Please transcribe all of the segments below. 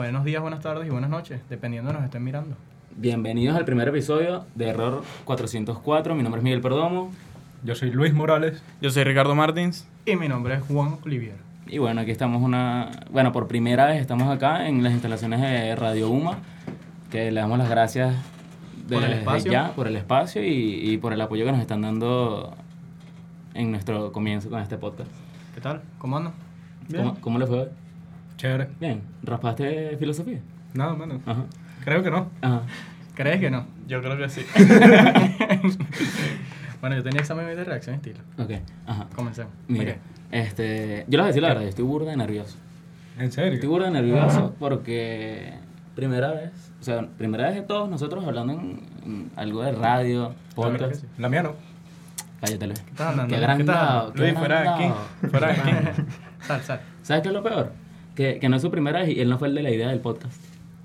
Buenos días, buenas tardes y buenas noches, dependiendo de nos estén mirando. Bienvenidos al primer episodio de Error 404. Mi nombre es Miguel Perdomo. Yo soy Luis Morales. Yo soy Ricardo Martins. Y mi nombre es Juan Olivier. Y bueno, aquí estamos una... Bueno, por primera vez estamos acá en las instalaciones de Radio UMA, que le damos las gracias Por el desde espacio. ya por el espacio y, y por el apoyo que nos están dando en nuestro comienzo con este podcast. ¿Qué tal? ¿Cómo andan? ¿Cómo, cómo le fue hoy? Chévere. Bien. ¿Raspaste filosofía? Nada, menos. Ajá. Creo que no. Ajá. ¿Crees que no? Yo creo que sí. Bueno, yo tenía examen hoy de reacción y estilo. Ok. Ajá. Comencemos. Mira, Ok. este... Yo les voy a decir la verdad, yo estoy burda de nervioso. En Estoy serio. burda nervioso porque primera vez, o sea, primera vez de todos nosotros hablando en, en algo de radio, Claro que podcast. sí. La mía no. Cállate, Luis. ¿Qué estás andando? Qué gran ¿Qué estás dado, andando? qué gran dado. Fuera de aquí. Sal, sal. ¿Sabes qué es lo peor? Que, que no es su primera vez y él no fue el de la idea del podcast.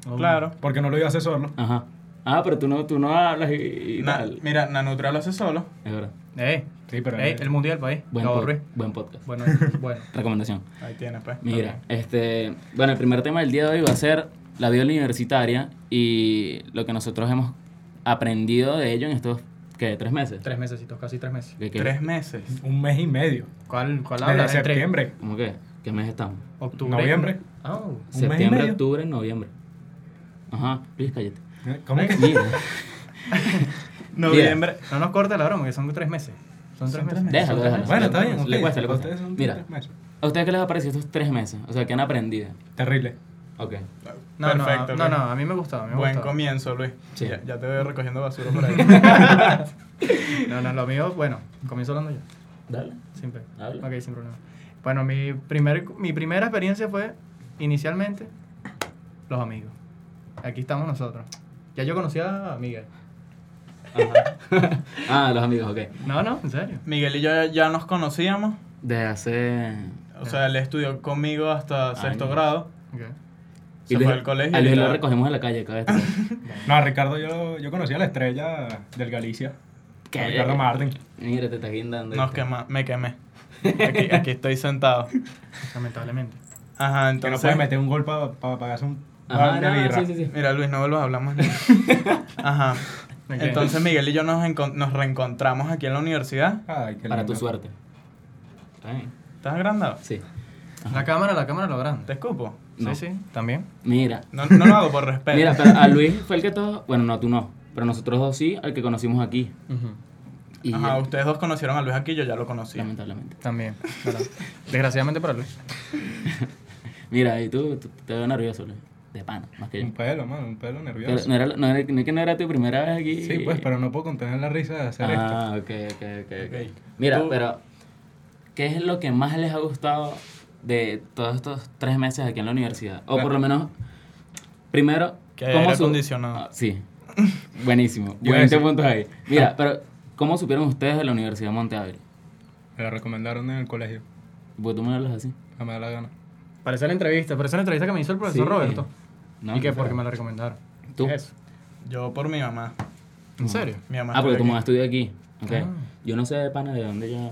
Oh. Claro. Porque no lo iba a hacer solo. Ajá. Ah, pero tú no, tú no hablas y, y Na- tal. mira, Nanutra lo hace solo. Es verdad. Eh, Sí, pero- eh, el mundial país. Buen, no, pod- Ruiz. buen podcast. Bueno, bueno. Recomendación. Ahí tienes, pues. Mira, este, bueno, el primer tema del día de hoy va a ser la vida universitaria y lo que nosotros hemos aprendido de ello en estos, ¿qué? ¿Tres meses? Tres mesecitos, casi tres meses. ¿Qué- qué- Tres meses. Un mes y medio. ¿Cuál, cuál habla? Desde Entre septiembre. ¿Cómo que? ¿Qué mes estamos? Octubre. Noviembre. Oh. y Septiembre, medio. octubre, noviembre. Ajá, Luis, cállate. ¿Cómo que? Mira, Noviembre. No nos corte la broma, que son tres meses. Son tres meses. déjalo, déjalo. Bueno, Le- está bien. Le ok. cuesta, le cuesta. Ustedes son Mira, tres meses. ¿a ustedes qué les ha parecido estos tres meses? O sea, ¿qué han aprendido? Terrible. Ok. No, Perfecto. no, no, Luis. no, a mí me gustaba. A mí me Buen gustaba. comienzo, Luis. Sí. Ya, ya te veo recogiendo basura por ahí. No, no, lo mío, bueno, comienzo hablando yo. Dale. Sin pe- Habla. Ok, sin problema. Bueno, mi, primer, mi primera experiencia fue, inicialmente, los amigos. Aquí estamos nosotros. Ya yo conocía a Miguel. Ajá. ah, los amigos, ok. No, no, en serio. Miguel y yo ya- ya nos conocíamos. Desde hace... O sea, él estudió conmigo hasta sexto Años. grado. Ok. Se Y fue Luis- al colegio. A y Luis ya- lo recogemos en la calle cada vez. No, a Ricardo yo, yo conocí a la estrella del Galicia. A Ricardo Martin. Mira, te estás guindando. Nos quema, me quemé. Aquí, aquí estoy sentado. Lamentablemente. Ajá, Que no entonces. puedes meter un gol para pagarse un Ajá, par de no, birra. sí, sí, sí. Mira, Luis, no vuelvas a hablar más. nada. Ajá. Ok. Entonces Miguel y yo nos, encon- nos reencontramos aquí en la universidad. Ay, qué Para lindo. tu suerte. Está bien. ¿Estás agrandado? Sí. La cámara, la cámara lo ¿Te grande. escupo? No. Sí, sí, también. Mira, No, no lo hago por respeto. mira, pero a Luis fue el que todos... Bueno, no, tú no. Pero nosotros dos sí, al que conocimos aquí. Y Ajá, ustedes dos conocieron a Luis aquí, yo ya lo conocí. lamentablemente. También. ¿verdad? Desgraciadamente para Luis. Mira, y tú, tú- te veo nervioso, Luis. De pana, más que yo. Un pelo, mano, un pelo Pero nervioso. no era, no era- no es que no era tu primera vez aquí. Sí, pues, pero no puedo contener la risa de hacer esto. Ah, ok, ok, ok. okay. Ok. Mira, Tú- pero, ¿qué es lo que más les ha gustado de todos estos tres meses aquí en la universidad? O por lo menos, primero, Que aire su- acondicionado. Ah, sí, buenísimo. Yo 20 ese. puntos ahí. Mira, pero, ¿cómo supieron ustedes de la Universidad de Monte Ávila? Me lo recomendaron en el colegio. Porque tú me hablas así. No me da la gana. Parece la entrevista, parece la entrevista que me hizo el profesor Sí. Roberto. No, y que o sea, porque me la recomendaron. ¿Tú? ¿Qué es eso? Yo por mi mamá. ¿En serio? Mi mamá Ah, porque tu estuvo mamá aquí. estudió aquí. Ok. Ah. Yo no sé de pana de dónde ya...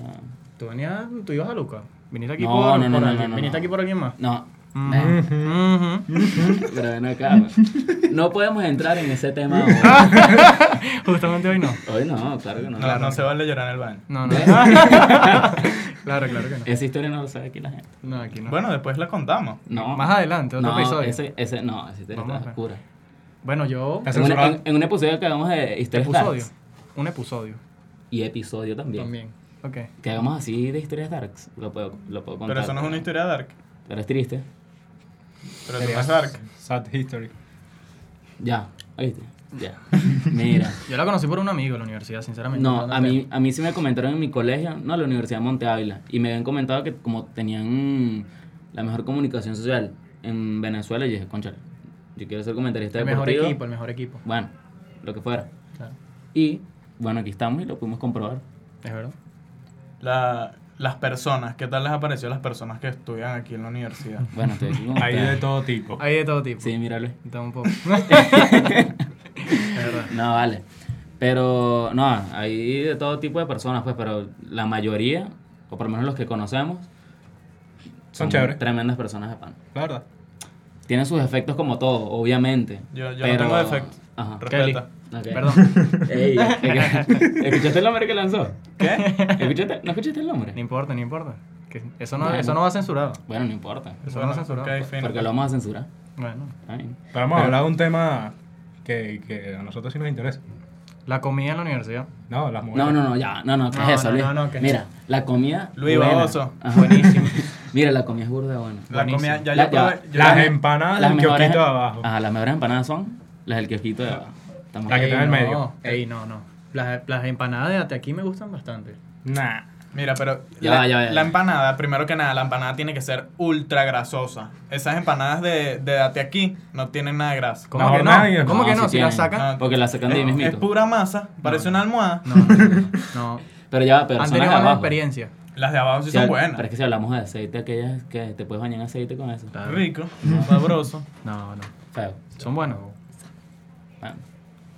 ¿Tú venías, tú ibas a Luca? ¿Viniste aquí No, por, no, no, por no, alguien? no, no, ¿Viniste no. aquí por alguien más? Mm-hmm. No. Mm. eh, Ujú. Pero ven acá. güey. No podemos entrar en ese tema hoy. Justamente hoy no. Hoy no, claro que no. No, no se vale llorar en el baño. No, no. ¿Ves? claro, claro que no. Esa historia no lo sabe aquí la gente. No, aquí no. Bueno, después la contamos. No. Más adelante, otro no, episodio. Ese, ese, no, esa historia Vamos a está ver. oscura. Bueno, yo. Está En, una- censurado. en- en un episodio que hagamos de historias Episodio. darks. Un episodio. Y episodio también. También. Ok. Que hagamos así de historias darks. Lo puedo, lo puedo contar. Pero eso no es una historia dark. Pero es triste. Pero eso no es dark. Sad history. Ya. ¿Oíste? Ya. Mira. Yo la conocí por un amigo de la universidad, sinceramente. No, a mí, a mí sí me comentaron en mi colegio, no, la Universidad de Monte Ávila, y me habían comentado que como tenían la mejor comunicación social en Venezuela, y dije, concha, yo quiero ser comentarista El mejor deportivo". equipo, el mejor equipo. Bueno, lo que fuera. Claro. Y bueno, aquí estamos y lo pudimos comprobar. Es verdad. La- las personas, ¿qué tal les ha parecido las personas que estudian aquí en la universidad? Bueno, estoy aquí con Hay de ustedes. todo tipo. Hay de todo tipo. Sí, míralo. Está un poco. es verdad. No, vale. Pero no, hay de todo tipo de personas, pues, pero la mayoría, o por lo menos los que conocemos, Son chéveres. tremendas personas de pan. La verdad. Tiene sus efectos como todo, obviamente. Yo, yo pero- no tengo defecto. Ajá. Respeta. Ok. Perdón, Ey, ¿Escuchaste el nombre que lanzó? ¿Qué? ¿Escuchaste? ¿No escuchaste el nombre? no importa, no importa. Que eso, no, Bueno. eso no va censurado. Bueno, no importa. Eso no Bueno, va censurado. ok, fino. Porque lo vamos a censurar. Bueno. Está bien. Pero vamos a hablar de un tema que, que a nosotros sí nos interesa. La comida en la universidad. No, las No, mujeres. no, no, ya. No, no, ¿qué No, es eso, no, Luis? no, no, ¿qué es Mira, la comida. Luis buena. Baboso. Ajá. Buenísimo. Mira, la comida es burda buena. La Buenísimo. comida, ya La- yo probé. ya. yo- Las empanadas del mejores- em- kiosquito de abajo. Ajá, las mejores empanadas son las del kiosquito de abajo. Estamos La que Ey, está en el no, medio. Ey, no, no. Las, las empanadas de hasta aquí me gustan bastante. Nah. Mira, pero Ya la, va, ya va, ya la va. empanada, primero que nada, la empanada tiene que ser ultra grasosa. Esas empanadas de, de date aquí no tienen nada de grasa. ¿Cómo No, que nada, no? yo- ¿Cómo No, que no? sí si las tienen. sacan. No, Porque las sacan de ahí Es, es mismito. pura masa, parece una almohada. Ah, No, no, no. no. Pero ya, va, pero Han son tenido las de mala abajo. experiencia. Las de abajo sí Si son hab- buenas. Pero es que si hablamos de aceite, aquellas que te puedes bañar en aceite con eso. Rico, sabroso. No, no. Feo. Son buenos. Ah.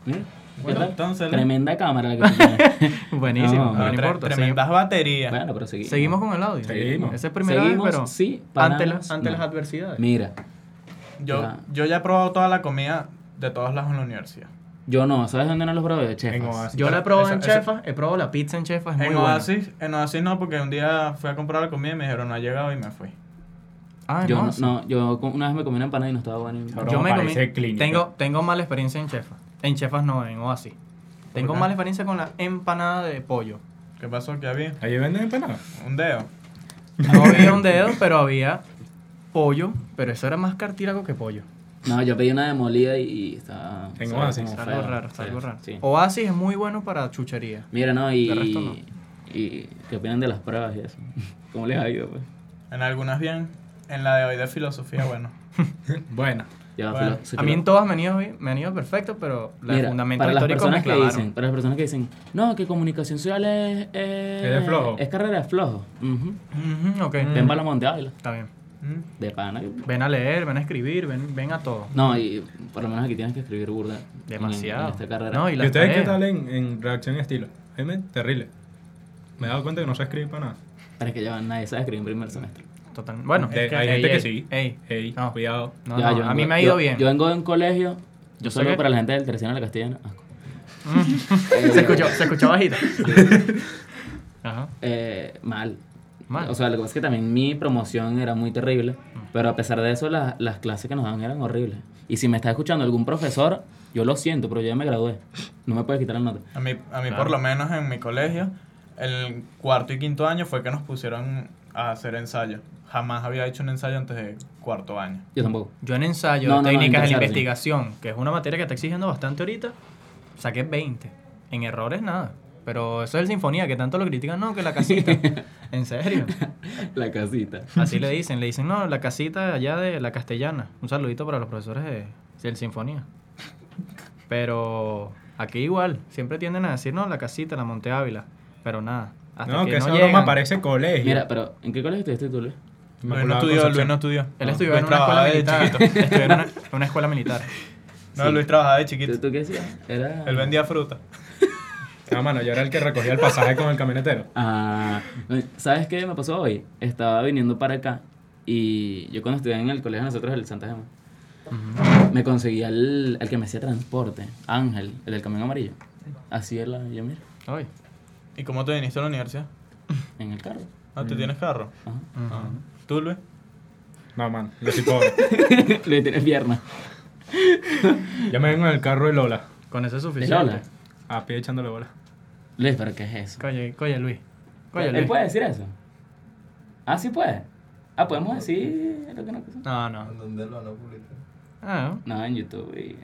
Mira, Bueno, ¿verdad? entonces, Luis. ¿Mm? Tremenda cámara la que tienes. Buenísimo. No, pero No, Tre- importa. segui- Tremendas baterías. bueno, pero seguimos. Seguimos con el audio. Seguimos. Ese es primero, Seguimos, pero sí, ante, paramos, las, ante no. las adversidades. Mira, Yo, Ya. yo ya he probado toda la comida de todos lados en la universidad. yo no, ¿sabes dónde no los probé? De Chefas. En Oasis. Yo la he probado Esa- en esa- Chefas, he probado la pizza en Chefas, es muy En buena. Oasis, en Oasis no, porque un día fui a comprar la comida y me dijeron no ha llegado y me fui. Ah, Yo no, no, sí. no, yo con- una vez me comí una empanada y no estaba buena. Ahora Yo me me comí. parece clínica. Tengo, tengo mala experiencia en Chefas. En Chefas no, en Oasis. Tengo qué? mala experiencia con la empanada de pollo. ¿Qué pasó? ¿Qué había? ¿Allí venden empanadas? Un dedo. No había un dedo, pero había pollo, pero eso era más cartílago que pollo. No, yo pedí una demolida y, y estaba. En estaba Oasis. como Está algo feo, raro, está sí, algo raro. sí. Oasis es muy bueno para chuchería. Mira, no, y, De resto, no. y. ¿Qué opinan de las pruebas y eso? ¿Cómo les ha ido, pues? En algunas bien. En la de hoy de filosofía, bueno. Buena. Ya, Bueno, filo- sí, A mí filo- en todas me han ido, bien- me han ido perfecto, pero la de Mira, fundamentos para las históricos me personas que clavaron. dicen, para las personas que dicen, no, que comunicación social es eh, Es de flojo". es carrera de flojo. Ujú. Ujú, ok, Ven para los Monte Ávila, está bien. Mm. de pana. Ven a leer, ven a escribir, ven, ven a todo. No, y por lo menos aquí tienes que escribir burda. en- en- Demasiado. En, esta carrera. No, y ¿Y, las ustedes qué tareas. tal en, en redacción y estilo? A mí me terrible. Me he dado cuenta que no sé escribir para nada. Pero es que ya nadie sabe escribir en primer semestre. Total- Bueno, De- es Eh, hay ey, gente que ey, sí. ey, Ey, no, cuidado. no, Ya, no, yo a mí vengo- me ha ido yo- bien. Yo vengo de un colegio, Yo yo sé solo que- para la gente del terciano de la castellana. asco. Eh, se escuchó, se escuchó bajito. Ajá. Eh, mal. Mal. Mm. O sea, lo que pasa es que también mi promoción era muy terrible, pero a pesar de eso la- las clases que nos daban eran horribles. Y si me está escuchando algún profesor, yo lo siento, pero yo ya me gradué. No me puedes quitar la nota. A mí, a mí Claro. por lo menos en mi colegio, el cuarto y quinto año fue que nos pusieron a hacer ensayo. Jamás había hecho un ensayo antes de cuarto año. Yo tampoco. Yo en ensayo, No, no, no, técnicas de la interesarse. investigación, que es una materia que está exigiendo bastante ahorita, saqué 20. En errores nada. Pero eso es el sinfonía, que tanto lo critican, no, que la casita. en serio. La casita. Así le dicen, le dicen, no, la casita allá de la castellana. Un saludito para los profesores de, del sinfonía. Pero aquí igual, siempre tienden a decir, no, la casita, la Monte Ávila. Pero nada. Hasta no, que, no esa llegan. broma parece colegio. Mira, pero ¿en qué colegio estudiaste tú, Luis? Luis no Inmaculada estudió, Concepción. Luis no estudió. Él No, estudió Luis en una escuela trabajaba de militar. chiquito. Estudió en una, una escuela militar. No, Sí. Luis trabajaba de ¿Tú, chiquito. tú qué hacías? Era... Él vendía fruta. No, Ah, mano, yo era el que recogía el pasaje con el camionetero. Ah, ¿sabes qué me pasó hoy? Estaba viniendo para acá y yo cuando estudié en el colegio de nosotros, el Santa Gema, me conseguía el, el que me hacía transporte, Ángel, el del camión amarillo. Así era, yo mira, Ay. ¿Y cómo te viniste a la universidad? en el carro. Ah, ¿tú tienes carro? Mm. Ajá. Ah. ¿Tú, Luis? No, mano, yo soy pobre. Le tienes pierna. Yo me vengo en el carro de Lola. Con eso es suficiente. Lola. A pie echándole bola. Luis, pero ¿qué es eso? Coye, coye, Luis. Coye, ¿Él Luis. puede decir eso? Ah, sí puede. Ah, podemos decir lo que no quiso? No, no. ¿Dónde lo van a publicar? Ah, No, en YouTube y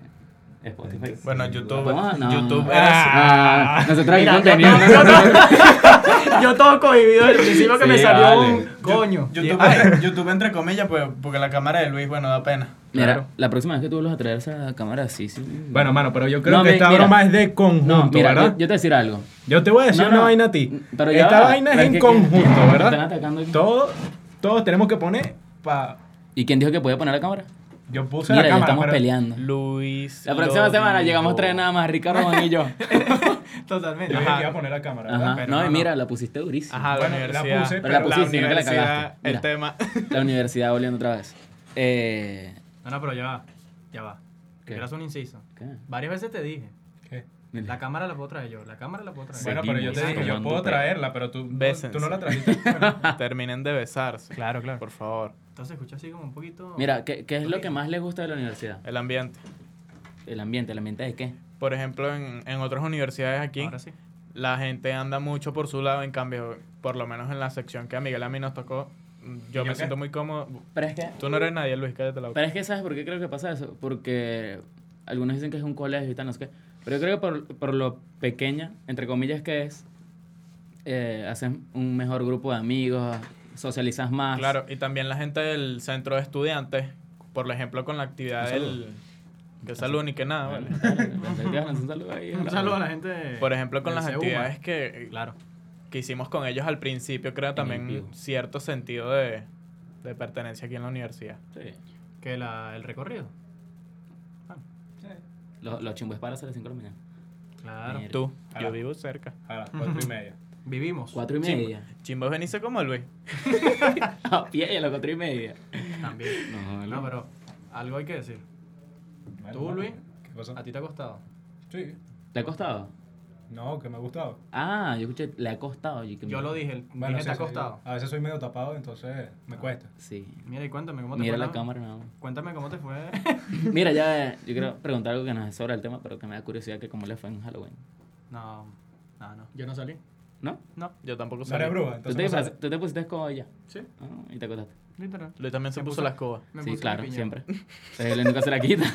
Spotify. Bueno, YouTube. ¿Podemos? No. YouTube era. Ah, nosotros aquí Mira, yo contenido. no- yo no- yo todo cohibido desde el principio que Sí, me salió vale. un coño. YouTube, Ay, YouTube entre comillas, pues, porque la cámara de Luis, bueno, da pena. Mira, Claro. la próxima vez que tú vuelvas a traer esa cámara, sí, sí. Bueno, mano, pero yo creo No, que mi- esta mira. broma es de conjunto, no, mira, yo, ¿verdad? yo te voy a decir algo. Yo te voy a decir No, una no. vaina a ti. Pero ya Esta va, vaina pero es es en que- conjunto, Están ¿verdad? atacando aquí. Todos, todos tenemos que poner para... ¿Y quién dijo que podía poner la cámara? Yo puse Mira, la ya cámara, estamos pero- peleando. Luis. La próxima lo semana dijo. llegamos tres nada más, Ricardo Juan y yo. Totalmente. Yo dije que iba a Ajá. poner la cámara, ¿verdad? Ajá. pero No, y no, mira, la pusiste durísima. Ajá, Bueno, la la universidad. puse, Pero la pusiste, sino que la universidad, cagaste. Mira. El tema. La universidad volviendo otra vez. Eh, No, no, pero ya va. Ya va. ¿Qué? Quiero hacer un inciso. ¿Qué? Varias veces te dije. ¿Qué? La cámara la puedo traer yo. La cámara la puedo traer Bueno, yo. pero yo te Seguimos dije, yo tomando puedo pe- traerla, pero tú, Bésense. tú no la trajiste. Bueno, Terminen de besarse. Claro, claro. Por favor. Entonces escucha así como un poquito. Mira, ¿qué, qué es lo que más le gusta de la universidad? El ambiente. El ambiente, el ambiente de qué? Por ejemplo, en, en otras universidades aquí, Ahora sí. la gente anda mucho por su lado. En cambio, por lo menos en la sección que a Miguel a mí nos tocó, yo ¿Y yo me qué? siento muy cómodo. Pero es que, Tú no eres nadie, Luis, cállate la boca. pero es que ¿sabes por qué creo que pasa eso? Porque algunos dicen que es un colegio y tal, no sé qué. Pero yo creo que por, por lo pequeña, entre comillas, que es, eh, haces un mejor grupo de amigos, socializas más. Claro, y también la gente del centro de estudiantes, por ejemplo, con la actividad Un saludo. del... Que salud ni que nada, Bueno, Ah, ¿vale? dale, dale, dale, Un saludo ahí. Un saludo a la gente. Por ejemplo, con del las CEUMA. actividades que, eh, Claro. que hicimos con ellos al principio, creo el también vivo. cierto sentido de, de pertenencia aquí en la universidad. Sí. Que la, el recorrido. Los, los chingües paras a las 5 de la mañana. Claro. Mierda. Tú, Ah. yo vivo cerca. A las cuatro y media. Vivimos. Cuatro y Sí. media. Chimbo venirse como Luis. A pie a las cuatro y media. También. No, No, pero algo hay que decir. Bueno, ¿Tú, Luis? ¿Qué pasó? ¿A ti te ha costado? Sí. ¿Le ha costado? No, que me ha gustado. Ah, yo escuché, le ha costado. que Yo me- lo dije, el- Bueno, dije sí, te ha sí, costado. Ah. A veces soy medio tapado, entonces me cuesta. Sí. Mira, y cuéntame cómo te Mira fue. la cámara nada más. Cuéntame cómo te fue. Mira, ya eh, yo quiero preguntar algo que no es sobre el tema, pero que me da curiosidad que cómo le fue en Halloween. no, no, no. Yo no salí. ¿no? No. Yo tampoco No eres soy. bruja, ¿Tú entonces. te, no disfraz- sabes. tú te pusiste escoba ya Sí, Ah, y te acostaste. literal. Luis también se Me puso puso- la escoba. Me Sí, puse claro, piñón. siempre. Él nunca se la quita.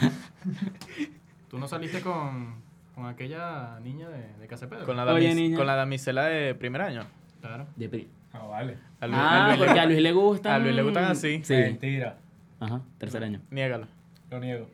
Tú no saliste con, con aquella niña de, de Casa de Pedro. Con la, Oye, damis- niña. con la damisela de primer año. Claro. De pri- Ah, vale. A Luis, a Ah, Luis le- porque a Luis le gustan. a Luis le gustan así. Sí. Mentira. Ajá, tercer año. Niégalo. Lo niego.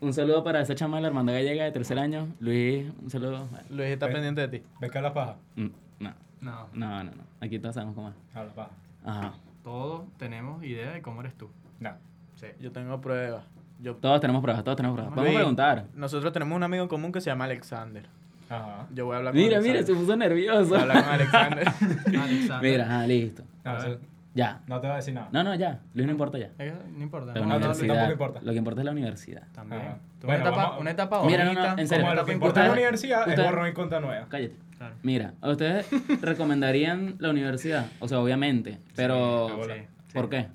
Un saludo para esa chama de la hermandad gallega de tercer año. Luis, un saludo. Luis está Pues. Ve. pendiente de ti. ¿Ves que la paja? Mm, No, No. no, no, no. Aquí todos sabemos cómo es. A la paja. Ajá. Todos tenemos idea de cómo eres tú. No. Sí. Yo tengo pruebas. Yo, Todos tenemos pruebas, todos tenemos pruebas. Vamos a Luis, preguntar. Nosotros tenemos un amigo en común que se llama Alexander. Ajá. Yo voy a hablar con Mira, mira, se Alexander. puso nervioso. Voy a hablar con Alexander. Alexander. Mira, ajá, listo. No, A ver. eso- Ya. no te va a decir nada. No, no, ya. Luis no importa ya. Es que No importa. La No, no, no, universidad. tampoco importa. Lo que importa es la universidad. También. Ajá. Tú Bueno, una etapa, vamos a- una etapa Mira, no, no, bonita. en serio. Como lo que importa en la Ustedes- universidad es ustedes- borrón y cuenta nueva. Ah, Cállate. Claro. Mira, ¿a ¿ustedes recomendarían la universidad? O sea, obviamente, de pero bola. Sí, sí. ¿por qué?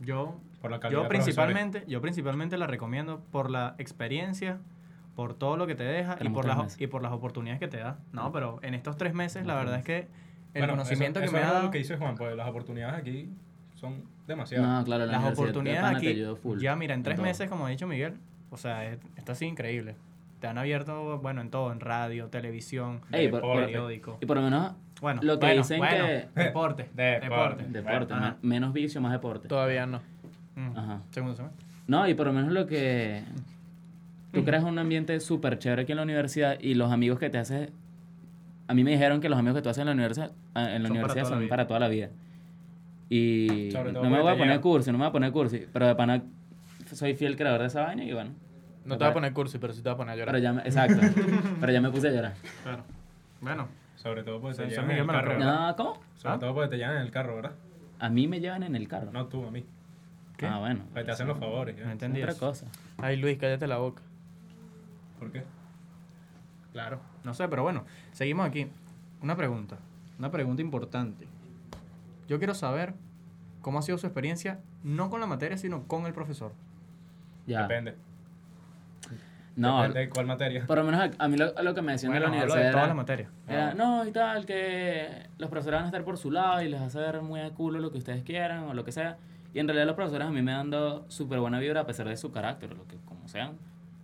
Yo, Por la calidad yo de principalmente, yo principalmente la recomiendo por la experiencia, por todo lo que te deja y Tenemos por tres las meses. y por las oportunidades que te da. No, pero en estos tres meses la Tenemos verdad es que el Bueno, conocimiento eso- que me eso ha es dado, lo que dice Juan, pues las oportunidades aquí son demasiadas. No, claro, la las universidad de oportunidades pana te aquí, ayuda full ya mira, en tres todo. meses como ha dicho Miguel, o sea, es- está así increíble. Te han abierto, bueno, en todo, en radio, televisión, Ey, por- Deporte. periódico. Y por lo menos Bueno, lo que bueno, dicen bueno, que- deporte, Deporte. deporte. deporte, Ajá. men- menos vicio, más deporte. Todavía no. Mm, Ajá. Segundo semestre. No, y por lo menos lo que... Tú creas un ambiente súper chévere aquí en la universidad y los amigos que te haces... A mí me dijeron que los amigos que tú haces en la universidad, ah, en la Son para toda universidad la son vida. para toda la vida. Y Sobre todo no me porque voy a te poner llevan. cursi, no me voy a poner cursi, pero de pana soy fiel creador de esa vaina y bueno. No te voy a poner cursi, pero sí te voy a poner a llorar. Pero ya me, exacto. pero ya me puse a llorar. Claro. Bueno, Sobre todo porque te San- San llevan en Miguel el me la carro, arregla. ¿verdad? No, ¿cómo? Sobre ¿Ah? todo porque te llevan en el carro, ¿verdad? A mí me llevan en el carro. No tú, a mí. ¿qué? Ah, bueno. Porque te hacen los favores. no ¿ya? entendí Otra eso. cosa. Ay, Luis, cállate la boca. ¿Por qué? Claro. No sé, pero bueno, seguimos aquí. Una pregunta, una pregunta importante. Yo quiero saber cómo ha sido su experiencia, no con la materia, sino con el profesor. Ya. Ah. Depende. No, Depende de cuál materia. por lo menos a, a mí lo, a lo que me decían Bueno, de la hablo universidad de todas era, las materias. era, no, y tal, que los profesores van a estar por su lado y les va a hacer muy a culo lo que ustedes quieran o lo que sea. Y en realidad los profesores a mí me han dado súper buena vibra a pesar de su carácter, lo que como sean.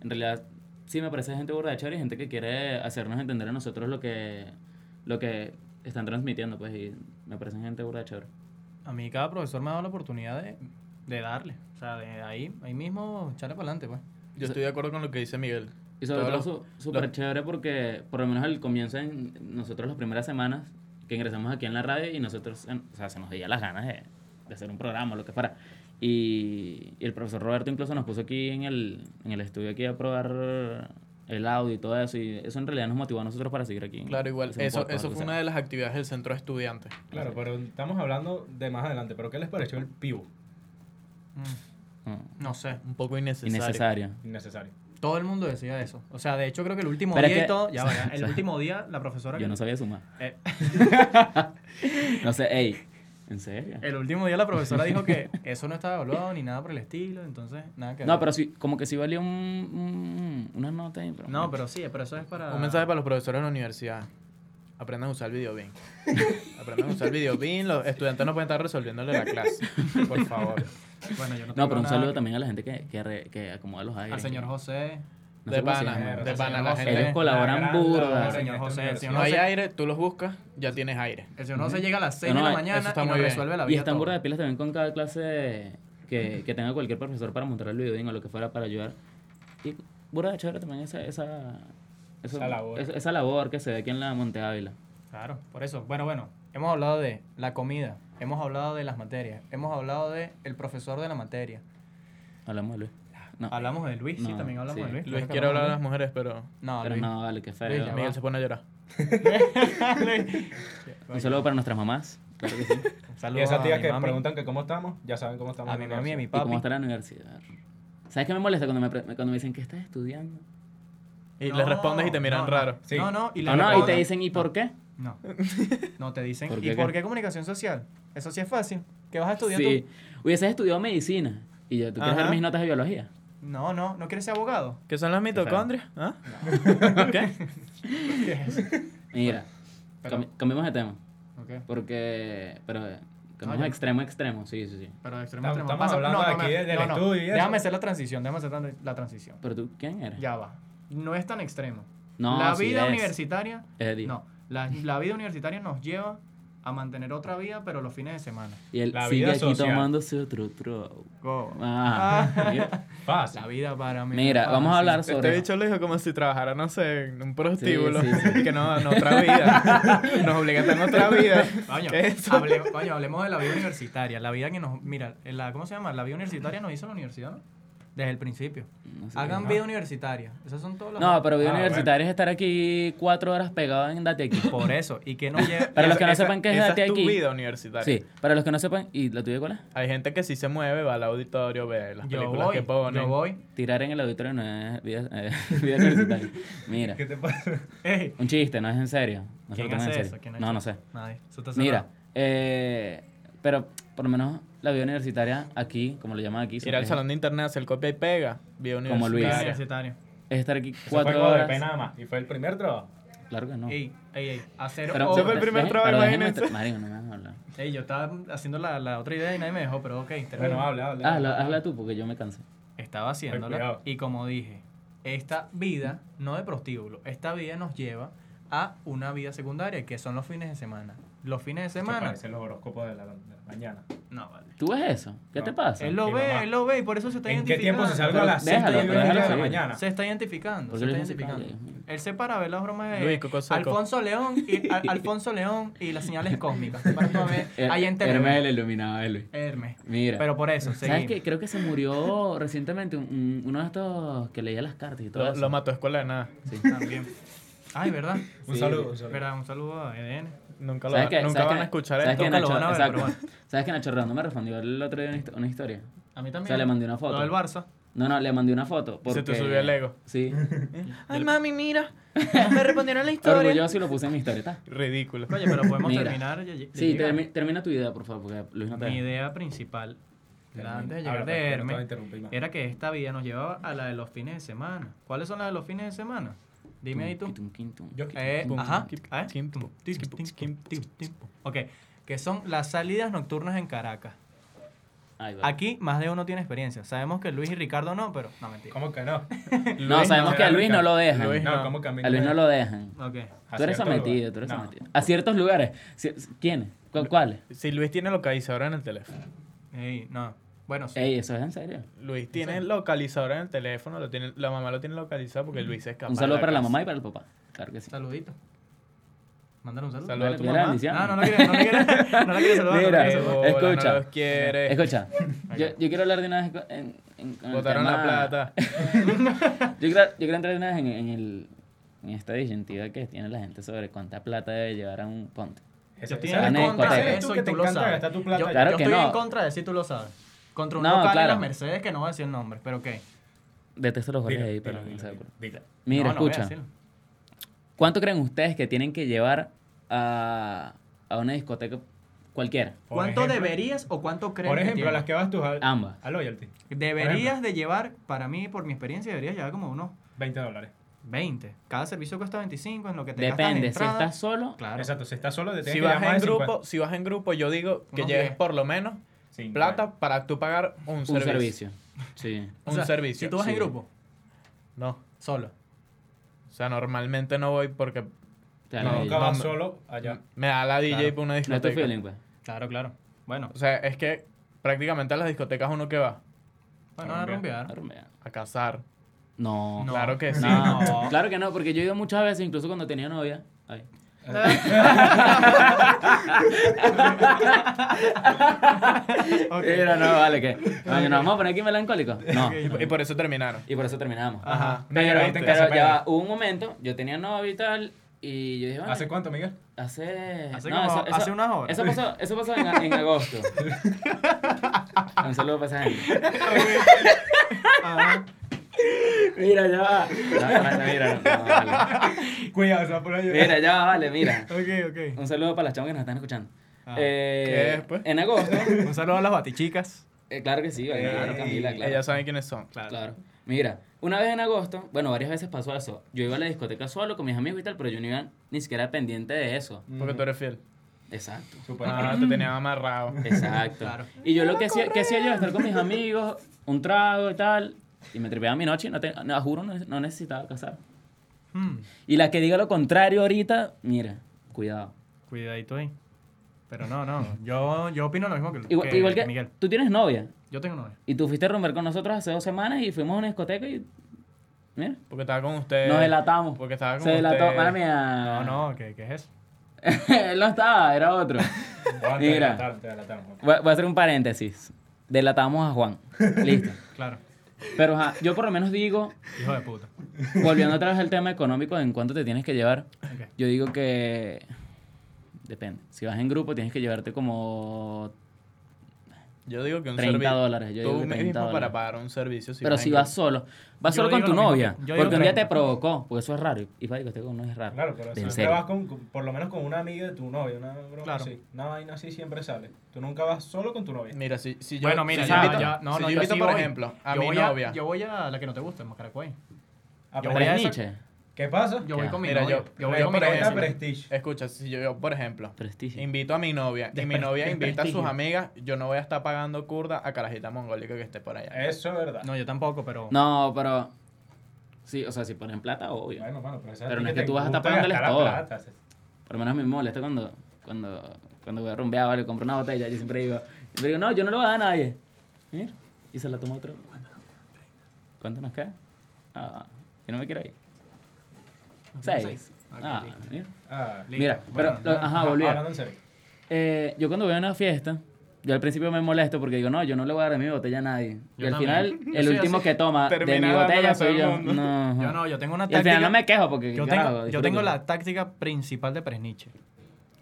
En realidad sí me parece gente burda de chévere y gente que quiere hacernos entender a nosotros lo que, lo que están transmitiendo, pues, y me parecen gente burda de chévere. A mí cada profesor me ha dado la oportunidad de, de darle. O sea, de ahí, ahí mismo echarle para adelante, pues. Yo estoy de acuerdo con lo que dice Miguel. Y sobre Todos todo su- súper chévere porque por lo menos al comienzo, en nosotros las primeras semanas que ingresamos aquí en la radio y nosotros, en- o sea, se nos veía las ganas de, de hacer un programa o lo que fuera. Y, y el profesor Roberto incluso nos puso aquí en el, en el estudio aquí a probar el audio y todo eso y eso en realidad nos motivó a nosotros para seguir aquí. Claro, igual. Hacer un Eso, podcast, eso lo que fue sea. una de las actividades del centro de estudiantes. Claro, pero estamos hablando de más adelante. ¿Pero qué les pareció el pivo? Mm. No, No sé. Un poco innecesario. innecesario. Innecesario. Todo el mundo decía eso. O sea, de hecho creo que el último Pero es día y que- todo, ya va, ya, el Sí. último día la profesora Yo no sabía sumar. eh, No sé, ey, ¿en serio? el último día la profesora dijo que eso no estaba evaluado ni nada por el estilo, entonces nada que No, ver. pero sí, como que sí valía un, un- una nota ahí, pero... No, pero sí, pero eso es para Un mensaje para los profesores de la universidad. Aprendan a usar el video BIM. Aprendan a usar el video BIM. Los estudiantes no pueden estar resolviéndole la clase. Por favor. Bueno, yo no No, tengo pero un nada saludo que- también a la gente que, que, re- que acomoda los aires. al señor que- José. no de sé cómo se pana. llama. De Señor pana. La José. gente. Ellos colaboran La gran burda. labor en este Señor esta José, universidad. señor No hay José. aire, tú los buscas, ya tienes aire. El señor José llega a las 6 No, de la no, mañana eso está y nos muy bien. resuelve la vida. Y están todo. burda de pilas también con cada clase que, que tenga cualquier profesor para montar el video o lo que fuera para ayudar. Y burda de chévere también esa, esa, eso- Esa labor. es- esa labor que se ve aquí en la Monte Ávila. Claro, por eso. Bueno, bueno, hemos hablado de la comida, hemos hablado de las materias, hemos hablado de el profesor de la materia. Hablamos de Luis. No, Hablamos de Luis, sí, No, también hablamos sí. de Luis. Luis Claro que quiere hablar de las hablamos mujeres, pero de pero Luis. no, vale, qué Luis, ya feo. va. Miguel se pone a llorar. No, Un saludo para nuestras mamás. Claro que sí. Un Y saludo esas a tías mi que mami, preguntan que cómo estamos, ya saben cómo estamos. a en mi la mami y a mi universidad. ¿Y cómo papi. está la universidad? ¿Sabes qué me molesta cuando me, pre- cuando me dicen que estás estudiando? Y No, les respondes y te miran no, no. raro. Sí. No, no, y, le No, no, y te responden- dicen, ¿y por qué? No. No te dicen. ¿Por ¿Y qué por qué? qué comunicación social? Eso sí es fácil. ¿Qué vas a estudiar Sí. tú? Hubieses estudiado medicina. Y yo, ¿tú quieres Ajá. ver mis notas de biología? No, no, no quieres ser abogado. ¿Qué son las mitocondrias? ¿Ah? ¿Qué? Mira, Pero- cambi- cambiemos de tema. Ok. Porque. Pero. eh, Cambiamos ya- a extremo a extremo, sí, sí, sí. Pero de extremo a Estamos- extremo. estamos hablando aquí me- de- del estudio y eso. Déjame hacer la transición, déjame hacer la- la transición. Pero tú, ¿quién eres? Ya va. No es tan extremo. No, la sí vida es. universitaria. Es de- No, la, la vida universitaria nos lleva a mantener otra vida, pero los fines de semana. Y él La sigue vida aquí social. tomándose otro tro. Go. Ah, Ah. mira. Fácil. La vida para mí. Mira, vamos a hablar Este sobre. bicho lo dijo como si trabajara, no sé, en un prostíbulo. Sí, sí, sí. Que no, en otra vida. Nos obliga a tener otra vida. Coño, ¿Qué es eso? hable- coño, hablemos de la vida universitaria. La vida que nos. Mira, la, ¿cómo se llama? La vida universitaria nos hizo la universidad, ¿no? Desde el principio. No, sé Hagan qué. vida universitaria. Esas son todas las. No, pero vida Ah, universitaria es estar aquí cuatro horas pegado en Date aquí. Por eso. ¿Y qué nos lleva? Para los Esa- que no esa- sepan qué es esa date tu aquí. vida universitaria. Sí, para los que no sepan, ¿y la tuya cuál es? Hay gente que sí se mueve, va al auditorio, ve las Yo películas voy. que ponen. Yo voy. Tirar en el auditorio no es vida, eh, vida universitaria. Mira, ¿Qué te pasa? Ey, un chiste, no es en serio. ¿Quién No se lo tomen hace en eso? serio. ¿Quién no, hace no sé. nadie. Eso está Mira, cerrado. eh, pero por lo menos la vida universitaria aquí, como lo llaman aquí, Ir al es- salón de internet, hacer copia y pega. Vida Como Luis. Vida universitaria. universitaria. es estar aquí Eso fue cuatro como de horas. pena nada más. Y fue el primer trabajo. Claro que no. Ey, ey, ey. Hacer Pero- obra. Ese fue el primer dejen- trabajo, pero déjenme imagínense. tra- Marico, no me vas a hablar. Ey, yo estaba haciendo la, la otra idea y nadie me dejó, pero ok. termina. Bueno, habla, habla. Hazla, hazla tú porque yo me cansé. Estaba haciéndola cuidado. y como dije, esta vida, no de prostíbulo, esta vida nos lleva a una vida secundaria, que son los fines de semana. Los fines de Esto semana... Parecen los horóscopos de la, de la mañana. No, vale. ¿Tú ves eso? ¿Qué No, te pasa? Él lo Mi ve, mamá. él lo ve y por eso se está ¿En qué identificando. tiempo se salgo a las Pero 7 y déjalo, pero media de la déjalo mañana? Se está identificando, ¿Por se qué está le dicen identificando. calle? Él se para a ver las bromas de Luis Coco Seco. Alfonso León y Al- Alfonso León y las señales cósmicas. Se para a ver Her- ahí en Hermes Televen. Er, el iluminado de Luis. Hermes. Mira. Pero por eso, ¿Sabes seguimos. qué? Creo que se murió recientemente un- un- uno de estos que leía las cartas y todo Lo, eso. lo mató a escuela de nada. También. Ay, ¿verdad? Un saludo, un saludo. Verdad, un saludo a EDN. Nunca, lo, ¿Sabes qué? nunca ¿Sabes van qué? a escuchar ¿Sabes esto. qué, Nunca lo Nacho? van a ver, Exacto. pero bueno. ¿Sabes que Nacho Redondo me respondió el otro día una, histo- una historia? A mí O también. sea, le mandé una foto. Lo del Barça. No, no, le mandé una foto. Porque... Se te subió el ego. Sí. Ay, mami, mira. Me respondieron la Orgulloso y lo puse en mi historia, ¿está? Ridículo. Oye, pero podemos Mira. terminar. ya- ya- ya Sí, llegar. termi- termina tu idea, por favor, porque Luis no te Mi deja. idea principal, Termina. antes de llegar Habla, pues, de que no te voy a Hermes, interrumpir más. era que esta vida nos llevaba a la de los fines de semana. ¿Cuáles son las de los fines de semana? Dime ahí tú. Tum, quintum, quintum. Yo- Eh, Pum, ajá. kim, Ah, kim, tum, kim, tum, kim, tum, kim, tum, tum, tum. Ok, que son las salidas nocturnas en Caracas. Ahí va. Aquí más de uno tiene experiencia. Sabemos que Luis y Ricardo no, pero no mentira. ¿Cómo que no? No, sabemos no que a era Luis no Ricardo. lo dejan. Luis No, ¿cómo que a mí A Luis no lo dejan. Ok. A Tú eres cierto lugar. sometido, tú eres No. sometido. A ciertos lugares. Si- ¿Quiénes? ¿Cu- ¿Cuáles? Si Luis tiene localizador en el teléfono. Ey, no. Bueno, sí. Ey, eso es en serio. Luis tiene localizador en el teléfono. Lo tiene, la mamá lo tiene localizado porque Luis se escapa. Un saludo para la mamá y para el papá. Claro que sí. Saludito. Mándale un saludo. Saludos Dale, a tu dale, mamá. bendición. No, no lo quiere, no le quiere, no le quiere saludar. no le Mira, quiere Eh, saludar. bola, Escucha. No los quiere. Escucha, yo, yo quiero hablar de una vez co- en, en- con el Botaron la tema- plata. Yo quiero, yo quiero entrar de una vez en, en el, en esta disyuntiva que tiene la gente sobre cuánta plata debe llevar a un ponte. Ese- Yo estoy en Gané contra discoteca. de Eres tú eso que y te tú lo encanta sabes. gastar tu plata. Yo, Claro yo que estoy no. en contra de si tú lo sabes. Contra un No, local de claro. las Mercedes que no voy a decir el nombre, pero ¿qué? Detesto los goles Dilo, ahí, dilo, pero no dilo, se dilo, acuerda. dilo. Mira, No, no voy a escucha. decirlo. ¿Cuánto creen ustedes que tienen que llevar a, a una discoteca cualquiera? Por ¿Cuánto ejemplo- deberías o cuánto crees Por que ejemplo, a tienes? las que vas tú a, Ambas. a Loyalty, Deberías de llevar, para mí, por mi experiencia, deberías llevar como unos 20 dólares. 20. Cada servicio cuesta 25, en lo que te gastas en Depende, si entrada, estás solo, Claro. Exacto, si estás solo, te tienes Si que vas, llamar en grupo, si vas en grupo, yo digo que Unos lleves diez. por lo menos plata para tú pagar un, un servicio. servicio. Sí. O Un sea, servicio. Si tú vas en sí. grupo, No. solo. O sea, normalmente no voy porque Te da la No, idea. nunca no, vas no. solo allá. me da la DJ Claro. por una No es tu discoteca. feeling, pues. Claro, claro. Bueno, o sea, es que prácticamente a las discotecas uno que va bueno, a Claro, rompear. mira. a cazar. No. No. Claro que sí. No, No. Claro que no, porque yo he ido muchas veces, incluso cuando tenía novia. Ay. Mira, no, vale, que. No, yo, ¿nos vamos a poner aquí melancólicos. No. Y, y por eso terminaron. Y por eso terminamos. Ah, Ajá. Pero, Ahorita pero en casa, ya espérate. hubo un momento, yo tenía novia y tal, y yo dije, bueno, ¿Hace cuánto, Miguel? hace. Hace no, como- eso- eso- hace unas horas. Eso pasó, eso pasó en, en agosto. un saludo para esa gente. Ajá. Mira, ya va. No, no, mira, no, no, vale. Cuidado, se va por ahí. Mira, ya va, vale, mira. Ok, ok. Un saludo para las chavas que nos están escuchando. Ah. Eh, ¿Qué es, pues? En agosto, Un saludo a las batichicas. eh, claro que sí, vale, claro, Ey, Camila, claro. Ellas saben quiénes son. Claro. Mira, una vez en agosto, bueno, varias veces pasó eso. Yo iba a la discoteca solo con mis amigos y tal, pero yo no iba ni siquiera pendiente de eso. Porque tú eres fiel. Exacto. Pues, Super. Ah, te tenían amarrado. Exacto. Claro. Y yo lo que hacía, que hacía yo, estar con mis amigos, un trago y tal, y me tripeaba mi noche, y no te, no, juro, no, no necesitaba casar. Hmm, Y la que diga lo contrario ahorita, mira, cuidado. Cuidadito ahí. Pero no, no. Yo, yo opino lo mismo que, Igual que, igual que Miguel. tú tienes novia, Yo tengo novia. y tú fuiste a romper con nosotros hace dos semanas y fuimos a una discoteca y, mira, Porque estaba con ustedes. nos delatamos. Eh, Porque estaba con Se delató, ustedes. mala mía. No, no, ¿qué, qué es eso? Él no estaba, era otro. Ah, te Mira. delataron, te delataron. Voy a voy a hacer un paréntesis. Delatamos a Juan. Listo. Claro. Pero ajá, yo por lo menos digo, Hijo de puta. volviendo otra vez al tema económico, en cuánto te tienes que llevar, Ok. yo digo que. Depende. Si vas en grupo, tienes que llevarte como. Yo digo que un 30 servicio. dólares, yo tú digo que 30 mismo dólares. para pagar un servicio. pero si en vas grupo. solo, vas Yo solo con digo tu lo mismo novia. que- yo digo porque un día te 30. provocó, porque eso es raro. Y para que uno es raro. Claro, pero De en siempre serio. vas con, con- por lo menos con una amiga de tu novia, una broma Claro. así. Una vaina así siempre sale. Tú nunca vas solo con tu novia. Mira, si, si yo. bueno, mira, si yo ya, invito- ya- no, si no, yo invito, sí por voy. ejemplo, a Yo mi voy novia. Yo voy a la que no te gusta, en Macaracuay. Ah, yo pero- voy a ¿Eres esa- Nietzsche? ¿Qué pasa? Yo voy Ya. con mi Mira, novia. yo- Yo voy yo con mi por novia. Esta ejemplo- siempre. Prestige. Escucha, si yo, yo, por ejemplo, Prestigio. invito a mi novia y mi Despre- novia invita a sus desprestigio. amigas, yo no voy a estar pagando curda a carajita mongólica que esté por allá. Eso es verdad. No, yo tampoco, pero... No, pero. Sí, o sea, si ponen plata, obvio. Bueno, mano, pero, esa Pero no ti es que te tú vas a gusta estar pagándoles gastar la todo. plata, se- Por lo menos me molesta cuando, cuando, cuando voy a rumbear, vale, compro una botella. Yo siempre digo, siempre digo, no, yo no lo voy a dar a nadie. Mira, y se la toma otro. ¿Cuánto nos queda? Ah, yo no me quiero ir. Seis. Ah, mira. Ah, Listo. Mira, pero, Bueno, lo- ajá, volví. volviendo. Hablando en serio. Eh, yo cuando voy a una fiesta, yo al principio me molesto porque digo, no, yo no le voy a dar mi botella a nadie. Yo y al también. final, Yo el soy último así. que toma de Termina mi dándole botella a todo soy el yo. mundo. No, Yo no, yo tengo una y al final táctica- no me quejo porque Yo carajo, tengo, yo tengo disfruto. la táctica principal de Presniche.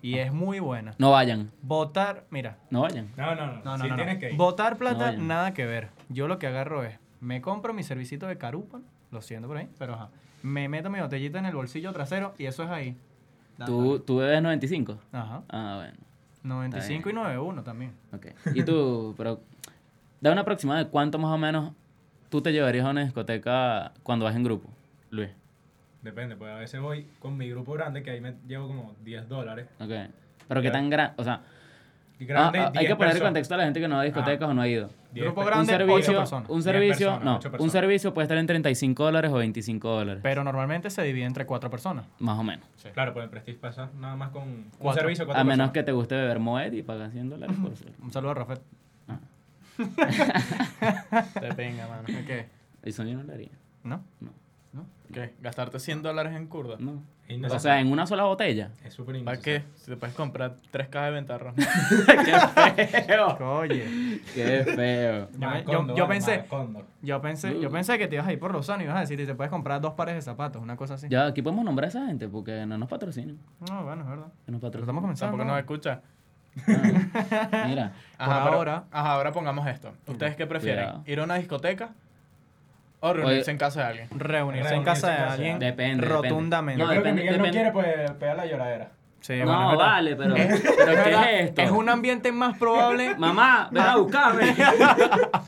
Y es muy buena. No vayan, Votar, mira. no vayan. No, no, no. No, no, sí no, no. tienes que ir. Votar No plata, vayan. nada que ver. Yo lo que agarro es, me compro mi servicito de carupa, lo siento por ahí, pero ajá. Me meto mi botellita en el bolsillo trasero y eso es ahí. ¿Tú, ¿Tú bebes 95? Ajá. Ah, bueno. 95 y 91 también. Ok. ¿Y tú, pero da una aproximada de cuánto más o menos tú te llevarías a una discoteca cuando vas en grupo, Luis? Depende, pues a veces voy con mi grupo grande, que ahí me llevo como 10 dólares. Ok. Pero qué Ya. tan grande, o sea, Y grande, ah, ah, hay 10 que poner en personas. contexto a la gente que no va a discotecas o no ha ido. 10 Grupo pe- grande. Un servicio, personas. un 10 servicio, personas, no, ocho un personas. servicio puede estar en 35 dólares o 25 dólares, Pero normalmente se divide entre cuatro personas. más o menos. Claro, pues en Prestige pasa nada más con un Cuatro. servicio. cuatro A menos personas. que te guste beber Moet y pagas 100 dólares por ser. Un saludo a Rafael. Este, Te pinga, mano. ¿Qué? Eso yo no lo haría. ¿No? No. ¿No? ¿Qué? ¿Gastarte 100 dólares en curda? No. Es innecesario. O sea, en una sola botella. es súper ¿Para qué? Si te puedes comprar tres cajas de ventarrón. qué feo. Oye. Qué feo. Yo me- yo- yo pensé- Yo pensé, yo Mm. pensé que te ibas a ir por los años y ibas a decir, y te puedes comprar dos pares de zapatos, una cosa así. Ya, aquí podemos nombrar a esa gente porque no nos patrocinan. No, bueno, es verdad. Que nos Pero patrocinan. estamos comenzando. Tampoco nos escucha. Ah, mira. Ajá, Por pero- ahora. ajá, ahora pongamos esto. ¿Ustedes qué prefieren? Cuidado. ¿Ir a una discoteca o reunirse Oye. en casa de alguien? Reunirse en casa de alguien Depende, depende. rotundamente. No, Creo que depende, Miguel depende. no quiere, pues pega la lloradera. Sí, No, Eh, bueno, es verdad. vale, pero. ¿Pero qué es esto? Es un ambiente más probable. Mamá, ven a buscarme.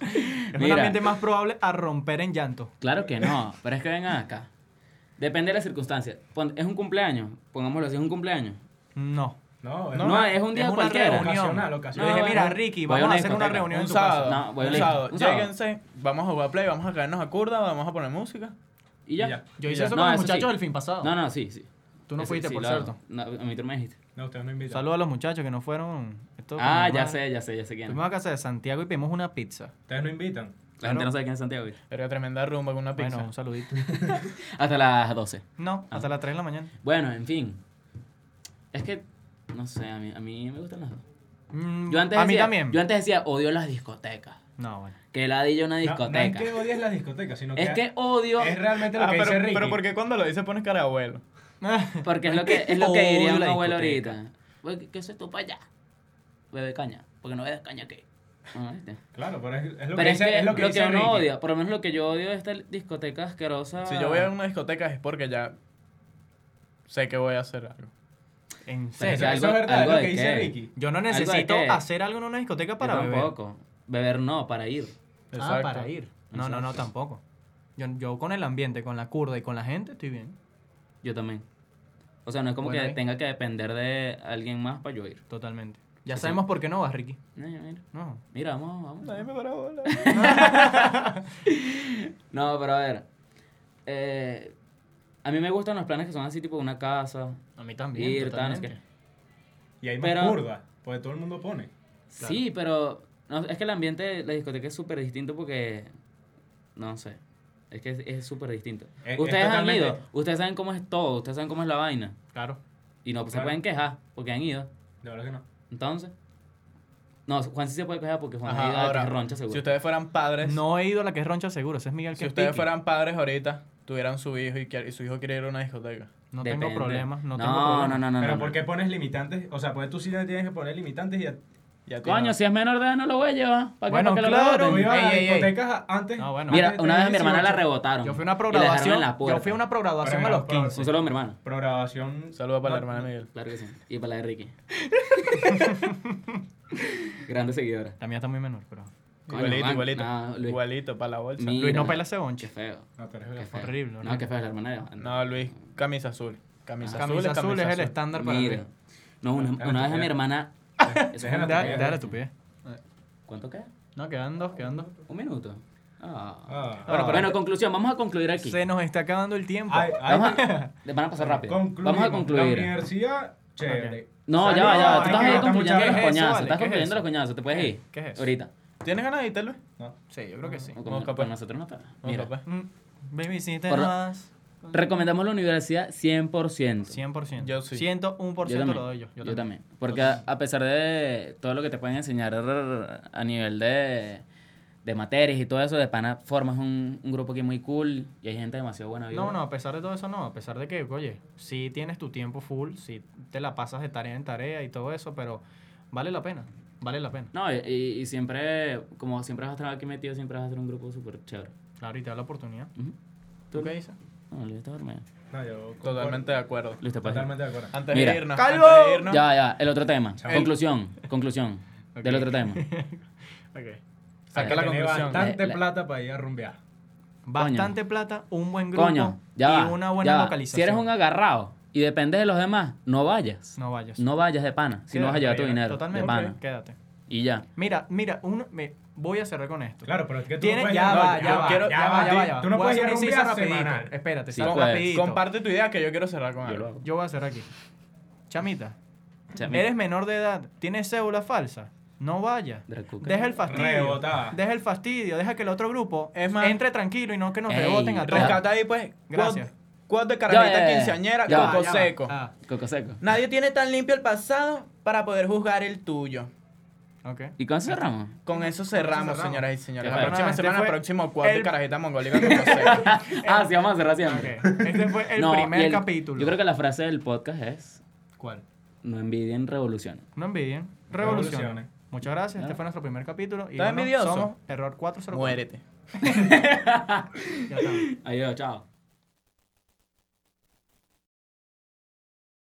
es un Mira. ambiente más probable a romper en llanto. Claro que no, pero es que vengan acá. Depende de las circunstancias. Pon- Es un cumpleaños, pongámoslo así, es un cumpleaños. No. No, No, es un día una cualquiera. reunión. Ocasional, ocasional. Yo dije, No, mira, bueno, Ricky, voy vamos a una hacer una discoteca. reunión en Un tu sábado. casa. No, voy a un la- sábado. un sábado. Lléguense, vamos a jugar play, vamos a caernos a curda, vamos a poner música. Y ya. Y ya. Yo Y hice ya. eso No, con los eso sí. muchachos el fin pasado. No, no, sí, sí. Tú no Ese fuiste, sí por lo cierto. hago. No, a mí tú me dijiste. No, ustedes no invitan. Saludos a los muchachos que no fueron. Esto con Ah, mi ya madre. sé, ya sé, ya sé quién. es. Fuimos La a casa de Santiago y pedimos una pizza. Ustedes no invitan. gente no sabe quién es Santiago. ¿viste? Pero tremenda rumba con una pizza. Bueno, un saludito. Hasta las 12. No, Ah. hasta las 3 de la mañana. Bueno, en fin. Es que, no sé, a mí, a mí me gustan las dos. Mm, Yo antes a mí decía, también. Yo antes decía, odio las discotecas. No, bueno. Que la di yo una No, no es discoteca. que odies las discotecas, sino es, que... odio. es realmente lo Ah, que pero, dice Ricky. pero ¿por qué cuando lo dices pones cara de abuelo? Porque es lo que, es lo que diría Odio un la abuelo discoteca. ahorita. Güey, ¿Qué, qué haces tú para allá? Bebe caña. Porque no bebes caña aquí. Ah, ¿viste? Claro, pero es, es lo Pero que es dice, que es lo que dice uno Ricky. odia, por lo menos lo que yo odio de esta discoteca asquerosa. Si yo voy a una discoteca es porque ya sé que voy a hacer algo. En Pero pues, es serio. que eso es verdad, es lo de que dice qué. Ricky. Yo no de necesito qué. hacer algo en una discoteca Yo para beber. tampoco. Beber no, para ir. Ah, Exacto. para ir. No, no, no, Exacto. tampoco. Yo, yo con el ambiente, con la curda y con la gente estoy bien. Yo también. O sea, no es como Bueno, que ahí. tenga que depender de alguien más para yo ir. Totalmente. Ya Sí, sí. sabemos por qué no vas, Ricky. No, Mira, No. mira, vamos, vamos. Nadie me para bola. No, pero a ver. eh, a mí me gustan los planes que son así, tipo una casa. A mí también. ir, tal, no sé totalmente. qué. Y hay más Pero- curvas, porque todo el mundo pone. Claro. Sí, pero no, es que el ambiente de la discoteca es súper distinto porque. No sé. Es que es- es súper distinto. Es- es ustedes han totalmente- ido, ustedes saben cómo es todo, ustedes saben cómo es la vaina. Claro. Y no pues, se Claro. pueden quejar porque han ido. De verdad que no. Entonces. No, Juan sí se puede quejar porque Juan Ajá, ha ido a ahora, que roncha seguro. Si ustedes fueran padres, No he ido a la que es roncha seguro. Ese es Miguel que si es ustedes piqui. fueran padres ahorita, tuvieran su hijo y, quiere- y su hijo quiere ir a una discoteca. No Depende. tengo problemas. No, no, tengo problemas. no, no, no. pero no. ¿por qué pones limitantes? O sea, pues tú sí le tienes que poner limitantes y a- Ya tiene- Coño, si es menor de edad no lo voy a llevar. ¿Para Bueno, qué? ¿Para que claro, lo Yo reboten? iba a Ey, ey, ey. discotecas antes. No, bueno. Mira, antes de una vez a mi tener hermana la 18. rebotaron. Yo fui a una y la dejaron programación. en la yo fui a una programación a Pero, los pero, 15. Un solo a mi hermano. Programación. Saludos para la No, hermana de Miguel. Claro que sí. Y para la de Ricky. Grande seguidora. La mía está muy menor, pero. Coño, igualito, Juan, igualito. no, Luis. Igualito, para la bolsa. Mi- Luis no Mira. pela ese Qué bonche. feo. No, tú eres Qué verdad. feo. horrible, No, horrible. qué feo es la hermana de Juan. No, Luis, camisa azul. Camisa, Camisa azul, azul, es camisa es el azul. estándar para Mira. mí. No, una, Déjala una vez a mi estudiar. hermana. Eso fue Déjala un- estudiar. Dale, dale tu pie. ¿Cuánto queda? No, quedan dos, quedan dos. Un minuto. Ah. Ah. Bueno, pero- Bueno, conclusión. Vamos a concluir aquí. Se nos está acabando el tiempo. Ay, ay, Vamos a, van a pasar rápido. concluimos. Vamos a La concluir. universidad, chévere. No, ya va, Saludos, ya va. Tú hay estás que ahí gastar mucha concluyendo los ¿Qué es plata. eso, coñazos. vale? Estás ¿Qué es eso? concluyendo los coñazos. ¿Te puedes ¿Qué- ir? qué es eso? Ahorita. ¿Tienes ganas de editarlo? No. Sí, yo creo que sí. No, Vamos, Con, capaz. con nosotros no está. Vamos, Mira. capaz. Mm, Baby, si te Por lo- más. Recomendamos la universidad 100%. 100%. Yo sí. 101% lo doy yo. Yo también. Porque a, a pesar de todo lo que te pueden enseñar a nivel de, de materias y todo eso, de pana formas un, un grupo que es muy cool y hay gente demasiado buena. vibra. No, no, a pesar de todo eso, no. A pesar de que, oye, sí tienes tu tiempo full, sí te la pasas de tarea en tarea y todo eso, pero vale la pena. Vale la pena. No, y, y- y siempre, como siempre vas a estar aquí metido, siempre vas a ser un grupo súper chévere. Claro, y te da la oportunidad. Ujú. ¿Tú qué dices? No, Luis está dormido. No, yo. concuerdo. Totalmente de acuerdo. Luis, te puedes ir. Totalmente de acuerdo. Antes Mira. de irnos. ¡Calvo! Antes de irnos. Ya, ya, el otro tema. Conclusión, conclusión del Ok. otro tema. Ok. Saca la Tiene conclusión. bastante Eh, La- la- plata para ir a rumbear. Bastante plata, un buen grupo Coño, ya y va, una buena ya va. localización. Si eres un agarrado y dependes de los demás, no vayas. No, No vayas. vayas de pana, si no vas a llevar tu dinero. Totalmente. De pana. ok, Quédate. Y ya. Mira, mira, uno, me, voy a cerrar con esto. Claro, pero es que tú Tienes- no puedes ya, ir- va, no, ya, va, quiero- ya va, ya va, ya va. Tú no Voy a puedes ir hacer a un inciso rumbear rapidito. semanal. Espérate, Sí salgo puedes. rapidito. Comparte tu idea que yo quiero cerrar con algo. Yo Yo voy a cerrar aquí. Chamita, O sea, mira, eres menor de edad, tienes cédula falsa, no vaya. Drag Cooker. Deja el fastidio. Rebotada. Deja el fastidio, deja que el otro grupo Es más- entre tranquilo y no que nos Ey, reboten a todos. Rescata ahí, pues. Gracias. Cuad de carajita Ya, ya, ya. quinceañera, Ya va, coco ya va. seco. Ah, Coco seco. Nadie tiene tan limpio el pasado para poder juzgar el tuyo. ok. ¿Y con eso cerramos? Con eso cerramos, cerramos. señoras y señores. Ya La está. próxima Este semana, fue próximo cuad de el- carajita mongólica coco seco. Ah, sí, vamos a cerrar ok. siempre. Este fue el No, y primer el- capítulo. Yo creo que la frase del podcast es: ¿Cuál? No envidien revolución. No envidien. revoluciones. Revoluciones. Muchas gracias. Este fue nuestro primer capítulo. Y ¿Estás bueno, envidioso? somos Error 404. Muérete. Ya estamos. Adiós, chao.